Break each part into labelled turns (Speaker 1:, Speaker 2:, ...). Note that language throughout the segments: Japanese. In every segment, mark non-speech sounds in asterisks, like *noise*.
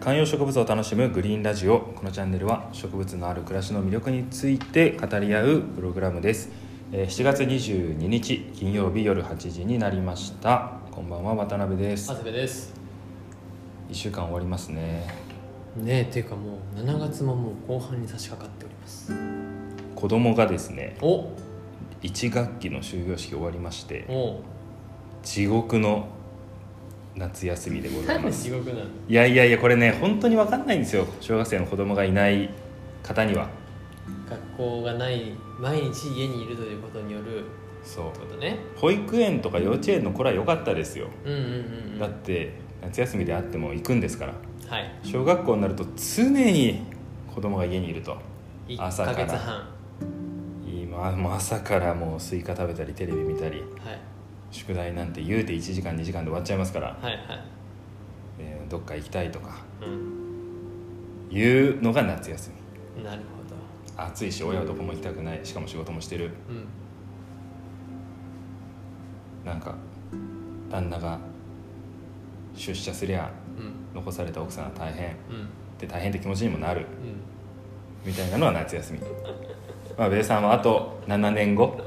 Speaker 1: 観葉植物を楽しむグリーンラジオこのチャンネルは植物のある暮らしの魅力について語り合うプログラムですえー7月22日金曜日夜8時になりましたこんばんは渡辺です
Speaker 2: 長谷部です
Speaker 1: 1週間終わりますね
Speaker 2: ねえっていうかもう7月ももう後半に差し掛かっております
Speaker 1: 子供がですね
Speaker 2: お
Speaker 1: 1学期の終業式終わりまして
Speaker 2: お
Speaker 1: 地獄の夏休みでござい
Speaker 2: 何
Speaker 1: ま
Speaker 2: です *laughs* 地獄なの
Speaker 1: いやいやいやこれね本当に分かんないんですよ小学生の子供がいない方には
Speaker 2: 学校がない毎日家にいるということによる
Speaker 1: そう
Speaker 2: ってことね
Speaker 1: 保育園とか幼稚園の頃は良かったですよ、
Speaker 2: うんうんうんうん
Speaker 1: だって夏休みであっても行くんですから
Speaker 2: はい
Speaker 1: 小学校になると常に子供が家にいると
Speaker 2: 1
Speaker 1: 朝か
Speaker 2: から月半は
Speaker 1: 今もう朝からもうスイカ食べたりテレビ見たり宿題なんて言うて1時間2時間で終わっちゃいますから、
Speaker 2: いはいはい
Speaker 1: えーどっか行きたいとか
Speaker 2: うん
Speaker 1: いうのが夏休み
Speaker 2: なるほど
Speaker 1: 暑いし親はどこも行きたくないしかも仕事もしてる
Speaker 2: うん
Speaker 1: なんか旦那が出社すりゃ
Speaker 2: うん
Speaker 1: 残された奥さんは大変
Speaker 2: うん
Speaker 1: で大変って気持ちにもなる
Speaker 2: うん
Speaker 1: みたいなのは夏休みまあべさんはあと7年後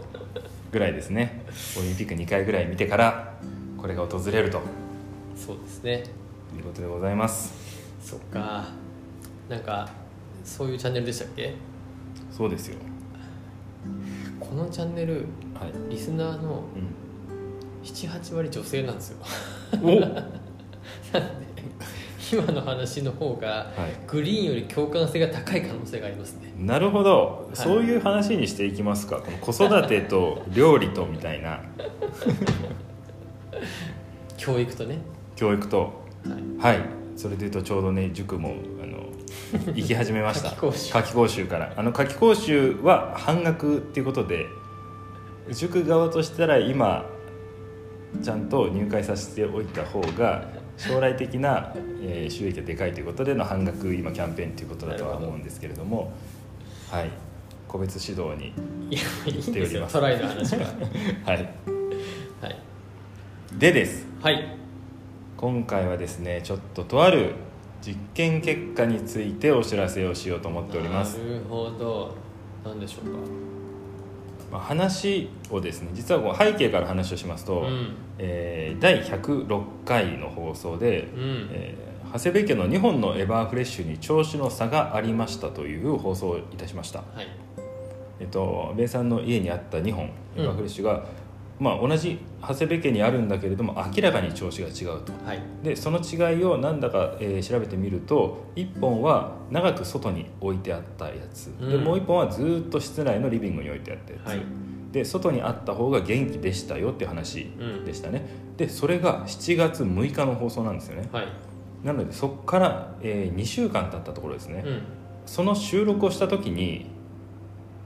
Speaker 1: ぐらいですねオリンピック2回ぐらい見てからこれが訪れると
Speaker 2: そうですね
Speaker 1: いうことでございます
Speaker 2: そっかなんかそういうチャンネルでしたっけ
Speaker 1: そうですよ
Speaker 2: このチャンネル
Speaker 1: はい、
Speaker 2: リスナーの
Speaker 1: う
Speaker 2: 78割女性なんですよ
Speaker 1: ん、おは
Speaker 2: なんで今の話の方がグリーンより共感性が高い可能性がありますね
Speaker 1: いなるほど、
Speaker 2: い
Speaker 1: そういう話にしていきますかこの子育てと料理とみたいな
Speaker 2: 教育とね、
Speaker 1: 教育と
Speaker 2: はい、
Speaker 1: はいそれでいうとちょうどね塾もあ
Speaker 2: *laughs*
Speaker 1: の行き始めました
Speaker 2: 夏期講習
Speaker 1: 夏期講習からあの夏期講習は半額っていうことで塾側としたら今ちゃんと入会させておいた方が将来的な、えー収益がでかいということでの半額今キャンペーンということだとは思うんですけれどもはい個別指導に
Speaker 2: いやいいん
Speaker 1: 言って
Speaker 2: で
Speaker 1: お
Speaker 2: す
Speaker 1: り
Speaker 2: よ
Speaker 1: ます
Speaker 2: トライの話は
Speaker 1: はい
Speaker 2: はい、
Speaker 1: でです
Speaker 2: はい、
Speaker 1: 今回はですねちょっととある実験結果についてお知らせをしようと思っております
Speaker 2: なるほどなんでしょう
Speaker 1: まあ、話をですね実はこう背景から話をしますと、
Speaker 2: かうん
Speaker 1: えー第106回の放送で、
Speaker 2: うん
Speaker 1: えー長谷部家の2本のエバーフレッシュに調子の差がありましたという放送をいたしました、
Speaker 2: はい
Speaker 1: えっと、米さんの家にあった2本エバーフレッシュが、まあ、同じ長谷部家にあるんだけれども明らかに調子が違うと
Speaker 2: はい
Speaker 1: でその違いをなんだか、えー調べてみると1本は長く外に置いてあったやつ、で
Speaker 2: うん
Speaker 1: もう1本はずーっと室内のリビングに置いてあったやつ、
Speaker 2: はい
Speaker 1: で外にあった方が元気でしたよっていう話
Speaker 2: うん
Speaker 1: でしたね、でそれが7月6日の放送なんですよね
Speaker 2: はい
Speaker 1: なのでそこから、え2週間経ったところですね、
Speaker 2: うん
Speaker 1: その収録をした時に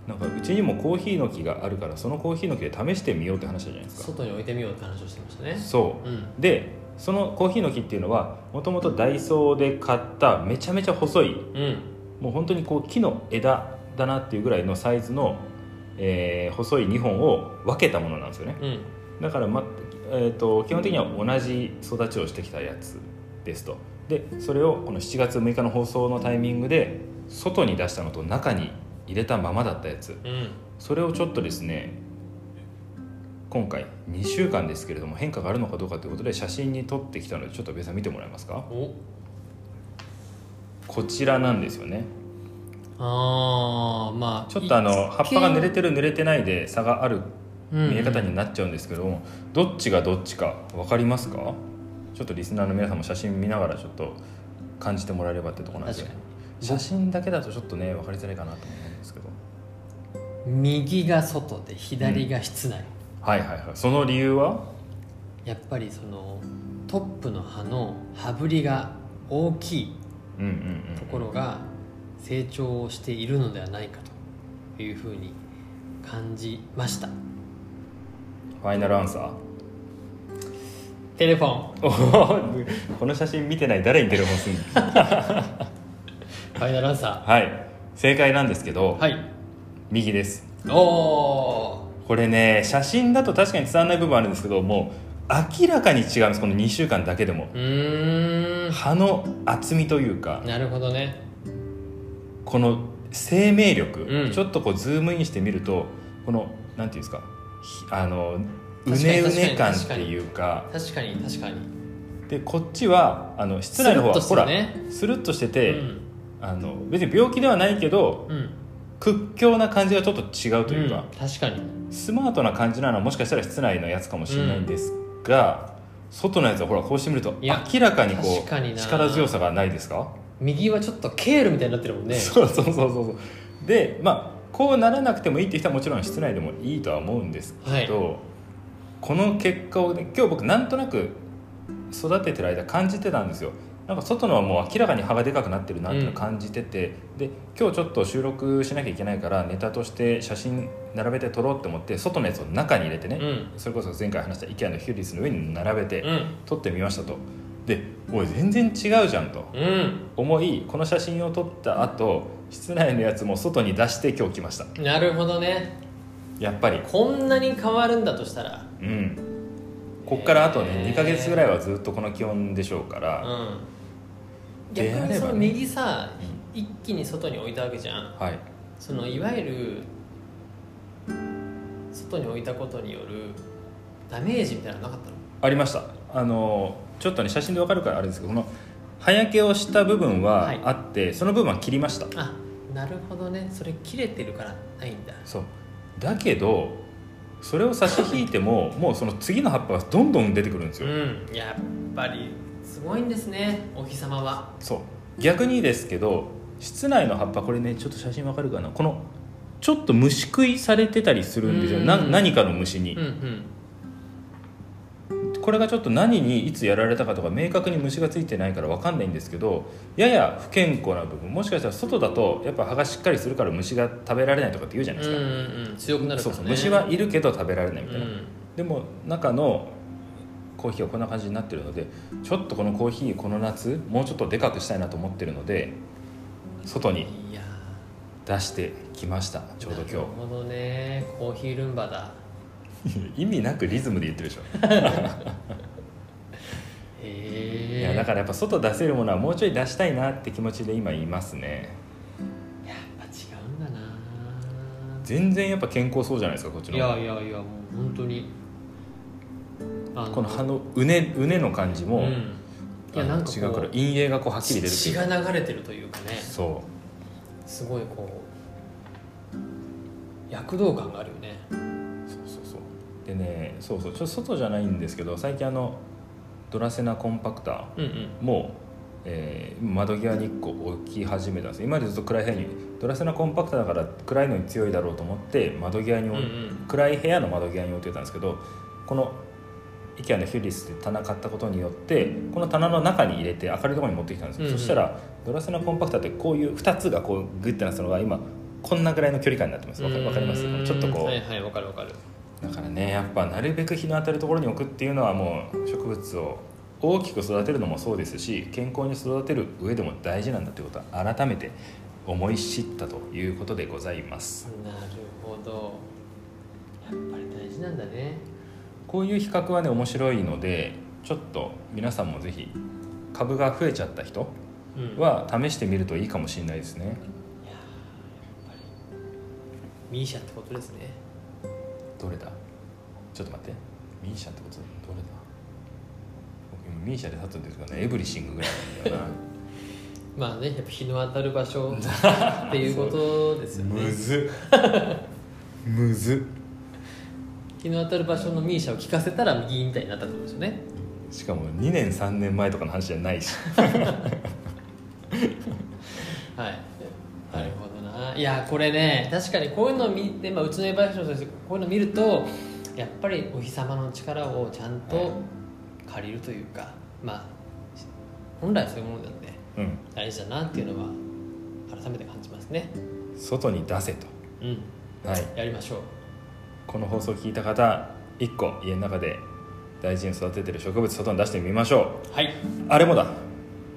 Speaker 1: なんかうちにもコーヒーの木があるからそのコーヒーの木で試してみようって話じゃないですか
Speaker 2: 外に置いてみようって話をしてましたね
Speaker 1: そう
Speaker 2: うん
Speaker 1: でそのコーヒーの木っていうのはもともとダイソーで買っためちゃめちゃ細い
Speaker 2: うん
Speaker 1: もう本当にこう木の枝だなっていうぐらいのサイズの、えー細い2本を分けたものなんですよね
Speaker 2: うん
Speaker 1: だから、まえー、と基本的には同じ育ちをしてきたやつですとでそれをこの7月6日の放送のタイミングで外に出したのと中に入れたままだったやつ
Speaker 2: うん
Speaker 1: それをちょっとですね今回2週間ですけれども変化があるのかどうかということで写真に撮ってきたのでちょっとベイさん見てもらえますか
Speaker 2: お
Speaker 1: こちらなんですよね
Speaker 2: ああまあ
Speaker 1: ちょっとあの葉っぱが濡れ
Speaker 2: て
Speaker 1: てる濡れてないで差がある見え方
Speaker 2: うん
Speaker 1: になっちゃうんですけどもどっちがどっちか分かりますかちょっとリスナーの皆さんも写真見ながらちょっと感じてもらえればってとこなんですよ
Speaker 2: 確か
Speaker 1: 写真だけだとちょっとね分かりづらいかなと思うんですけど
Speaker 2: 右が外で左が室内、
Speaker 1: はいはいはいその理由は
Speaker 2: やっぱりそのトップの葉の羽振りが大きい
Speaker 1: うんうんうん
Speaker 2: ところが成長をしているのではないかというふうに感じました
Speaker 1: ファイナルアンサー
Speaker 2: テレフォン
Speaker 1: おー *laughs* この写真見てない誰にテレフォンする
Speaker 2: *laughs*
Speaker 1: の
Speaker 2: ファイナルアンサ
Speaker 1: はい正解なんですけど、
Speaker 2: ーはい
Speaker 1: 右です
Speaker 2: おお
Speaker 1: これね写真だと確かに伝わらない部分あるんですけどもう明らかに違うんですこの2週間だけでも
Speaker 2: うーん
Speaker 1: 葉の厚みというか
Speaker 2: なるほどね
Speaker 1: この生命力、
Speaker 2: うん
Speaker 1: ちょっとこうズームインしてみるとこのなんていうんですかひあのう
Speaker 2: 確かに
Speaker 1: ねうね感っ
Speaker 2: 確か
Speaker 1: て
Speaker 2: に
Speaker 1: いうか
Speaker 2: 確かに確かに
Speaker 1: でこっちはあの室内の方は、
Speaker 2: ス
Speaker 1: ほ
Speaker 2: ル
Speaker 1: ら
Speaker 2: ッとしてね
Speaker 1: スルッとして
Speaker 2: う
Speaker 1: て、
Speaker 2: ん
Speaker 1: あの別に病気ではないけど
Speaker 2: うん
Speaker 1: 屈強な感じがちょっと違うというか、
Speaker 2: ん確かに
Speaker 1: スマートな感じなのはもしかしたら室内のやつかもしれないんですが、外のやつはほらこうしてみると
Speaker 2: いや
Speaker 1: 明らかにこ
Speaker 2: 確かに
Speaker 1: う
Speaker 2: な
Speaker 1: 力強さがないですか、
Speaker 2: 右はちょっとケールみたいになってるもん
Speaker 1: *laughs*
Speaker 2: ね
Speaker 1: そうそうそうそうそうでまあこうならなくてもいいって人はもちろん室内でもいいとは思うんです
Speaker 2: は
Speaker 1: け
Speaker 2: い
Speaker 1: ど、この結果をね今日僕なんとなく育ててる間感じてたんですよなんか外のはもう明らかに葉がでかくなってるなっていうのを感じてて、で今日ちょっと収録しなきゃいけないからネタとして写真並べて撮ろうって思って外のやつを中に入れてね、
Speaker 2: うん
Speaker 1: それこそ前回話した IKEA のヒューリスの上に並べて
Speaker 2: うん
Speaker 1: 撮ってみましたとでおい全然違うじゃんと
Speaker 2: う
Speaker 1: 思いこの写真を撮った後室内のやつも外に出して今日来ました
Speaker 2: んなるほどね
Speaker 1: やっぱり
Speaker 2: こんなに変わるんだとしたら
Speaker 1: うんこっからあと
Speaker 2: へ
Speaker 1: ね
Speaker 2: ー
Speaker 1: 2ヶ月ぐらいはずっとこの気温でしょうから、
Speaker 2: うん逆
Speaker 1: であればね
Speaker 2: にその右さ一気に外に置いたわけじゃん
Speaker 1: はい
Speaker 2: そのいわゆる外に置いたことによるダメージみたいなのなかったの
Speaker 1: ありましたあのちょっとね写真でわかるからあれですけどこの葉焼けをした部分は
Speaker 2: はい
Speaker 1: あって、その部分は切りました
Speaker 2: あなるほどねそれ切れてるからないんだ
Speaker 1: そうだけどそれを差し引いてももうその次の葉っぱがどんどん出てくるんですよ、
Speaker 2: うんやっぱりすごいんですねお日様は
Speaker 1: そう逆にですけど室内の葉っぱこれねちょっと写真わかるかなこのちょっと虫食いされてたりするんですよ
Speaker 2: うん
Speaker 1: な何かの虫
Speaker 2: う
Speaker 1: に
Speaker 2: んうん
Speaker 1: これがちょっと何にいつやられたかとか明確に虫がついてないからわかんないんですけどやや不健康な部分もしかしたら外だとやっぱ葉がしっかりするから虫が食べられないとかって言うじゃない
Speaker 2: うん
Speaker 1: ですか、
Speaker 2: うん強くなるか
Speaker 1: そう
Speaker 2: らね
Speaker 1: そう虫はいるけど食べられないみ
Speaker 2: う
Speaker 1: たいな、
Speaker 2: ん
Speaker 1: でも中のコーヒーはこんな感じになってるのでちょっとこのコーヒーこの夏もうちょっとでかくしたいなと思ってるので外に
Speaker 2: いや
Speaker 1: 出してきましたちょうど
Speaker 2: なるほどねコーヒールンバだ
Speaker 1: 今日 *laughs* 意味なくリズムで言ってるでしょ、
Speaker 2: へえ
Speaker 1: いやだからやっぱ外出せるものはもうちょい出したいなって気持ちで今いますね
Speaker 2: やっぱ違うんだな
Speaker 1: 全然やっぱ健康そうじゃないですかこっち
Speaker 2: い
Speaker 1: の
Speaker 2: やいやいやもう本当にあ
Speaker 1: この葉のうねうねの感じも、
Speaker 2: うんいや
Speaker 1: あの
Speaker 2: なんかこう
Speaker 1: 違うから陰影がこうはっきり出るってい
Speaker 2: 血
Speaker 1: う
Speaker 2: が流れてるというかね
Speaker 1: そ
Speaker 2: すごいこう躍動感があるよね
Speaker 1: うそうそうそうでねそうそうちょっと外じゃないんですけど最近あのドラセナコンパクター
Speaker 2: うんうん
Speaker 1: もう、えー窓際に1個置き始めたんです今までずっと暗い部屋にドラセナコンパクタだから暗いのに強いだろうと思って窓際に置い、
Speaker 2: うんうん
Speaker 1: 暗い部屋の窓際に置いてたんですけどこの IKEA のヒューリスで棚買ったことによってこの棚の中に入れて明るいところに持ってきたんですよ、
Speaker 2: うんうん
Speaker 1: そしたらドラセナコンパクタってこういう2つがこうグッてなったのが今こんなぐらいの距離感になってますわかわかります
Speaker 2: うん
Speaker 1: ちょっとこう、
Speaker 2: はいはいわかるわかる
Speaker 1: だからねやっぱなるべく日の当たるところに置くっていうのはもう植物を大きく育てるのもそうですし健康に育てる上でも大事なんだということは改めて思い知ったということでございます
Speaker 2: なるほどやっぱり大事なんだね
Speaker 1: こういう比較はね面白いのでちょっと皆さんもぜひ株が増えちゃった人
Speaker 2: うん
Speaker 1: は試してみるといいかもしれないですね
Speaker 2: いやーやっぱりミーシャってことですね
Speaker 1: どれだちょっと待ってミーシャってことどれだ僕今ミーシャで立ったんですからねエブリシングぐらいなんだよな
Speaker 2: まあねやっぱ日の当たる場 *laughs* 所っていうことですよね
Speaker 1: むずっ *laughs* むずっ
Speaker 2: 日の当たる場所のミーシャを聞かせたら右みたいになったってことですよね
Speaker 1: しかも2年3年前とかの話じゃないし
Speaker 2: はい
Speaker 1: はい
Speaker 2: なるほどないやこれね確かにこういうのを見て、まあ、うちのエヴァーションとしてこういうのを見るとやっぱりお日様の力をちゃん
Speaker 1: はい
Speaker 2: と借りるというか、まあ本来そういうものなんで
Speaker 1: うん
Speaker 2: 大事だなっていうのは改めて感じますね
Speaker 1: 外に出せと
Speaker 2: うん
Speaker 1: はい
Speaker 2: やりましょう
Speaker 1: この放送を聞いた方1個家の中で大事に育ててる植物外に出してみましょ
Speaker 2: はい。
Speaker 1: うあれもだ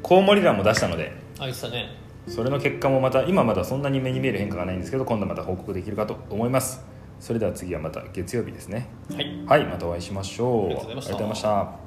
Speaker 1: コウモリランも出したので
Speaker 2: あ、言ってたね。
Speaker 1: それの結果もまた今まだそんなに目に見える変化がないんですけど今度また報告できるかと思いますそれでは次はまた月曜日ですね
Speaker 2: はい
Speaker 1: はいまたお会いしましょう
Speaker 2: ありがとうございました
Speaker 1: ありがとうございました